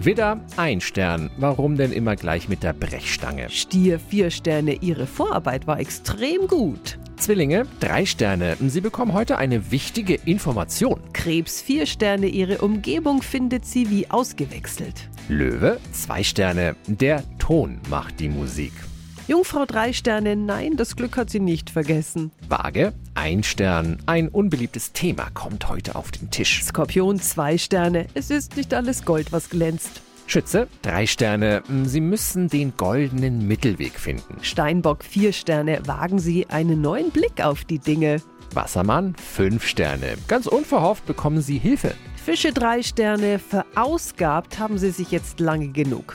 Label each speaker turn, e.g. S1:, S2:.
S1: Widder, ein Stern. Warum denn immer gleich mit der Brechstange?
S2: Stier, vier Sterne, Ihre Vorarbeit war extrem gut.
S1: Zwillinge, drei Sterne. Sie bekommen heute eine wichtige Information.
S2: Krebs, vier Sterne, Ihre Umgebung findet Sie wie ausgewechselt.
S1: Löwe, zwei Sterne. Der Ton macht die Musik.
S2: Jungfrau, drei Sterne, nein, das Glück hat sie nicht vergessen.
S1: Waage, ein Stern. Ein unbeliebtes Thema kommt heute auf den Tisch.
S2: Skorpion, zwei Sterne, es ist nicht alles Gold, was glänzt.
S1: Schütze, drei Sterne. Sie müssen den goldenen Mittelweg finden.
S2: Steinbock, vier Sterne, wagen Sie einen neuen Blick auf die Dinge.
S1: Wassermann, fünf Sterne. Ganz unverhofft bekommen Sie Hilfe.
S2: Fische, drei Sterne, verausgabt haben Sie sich jetzt lange genug.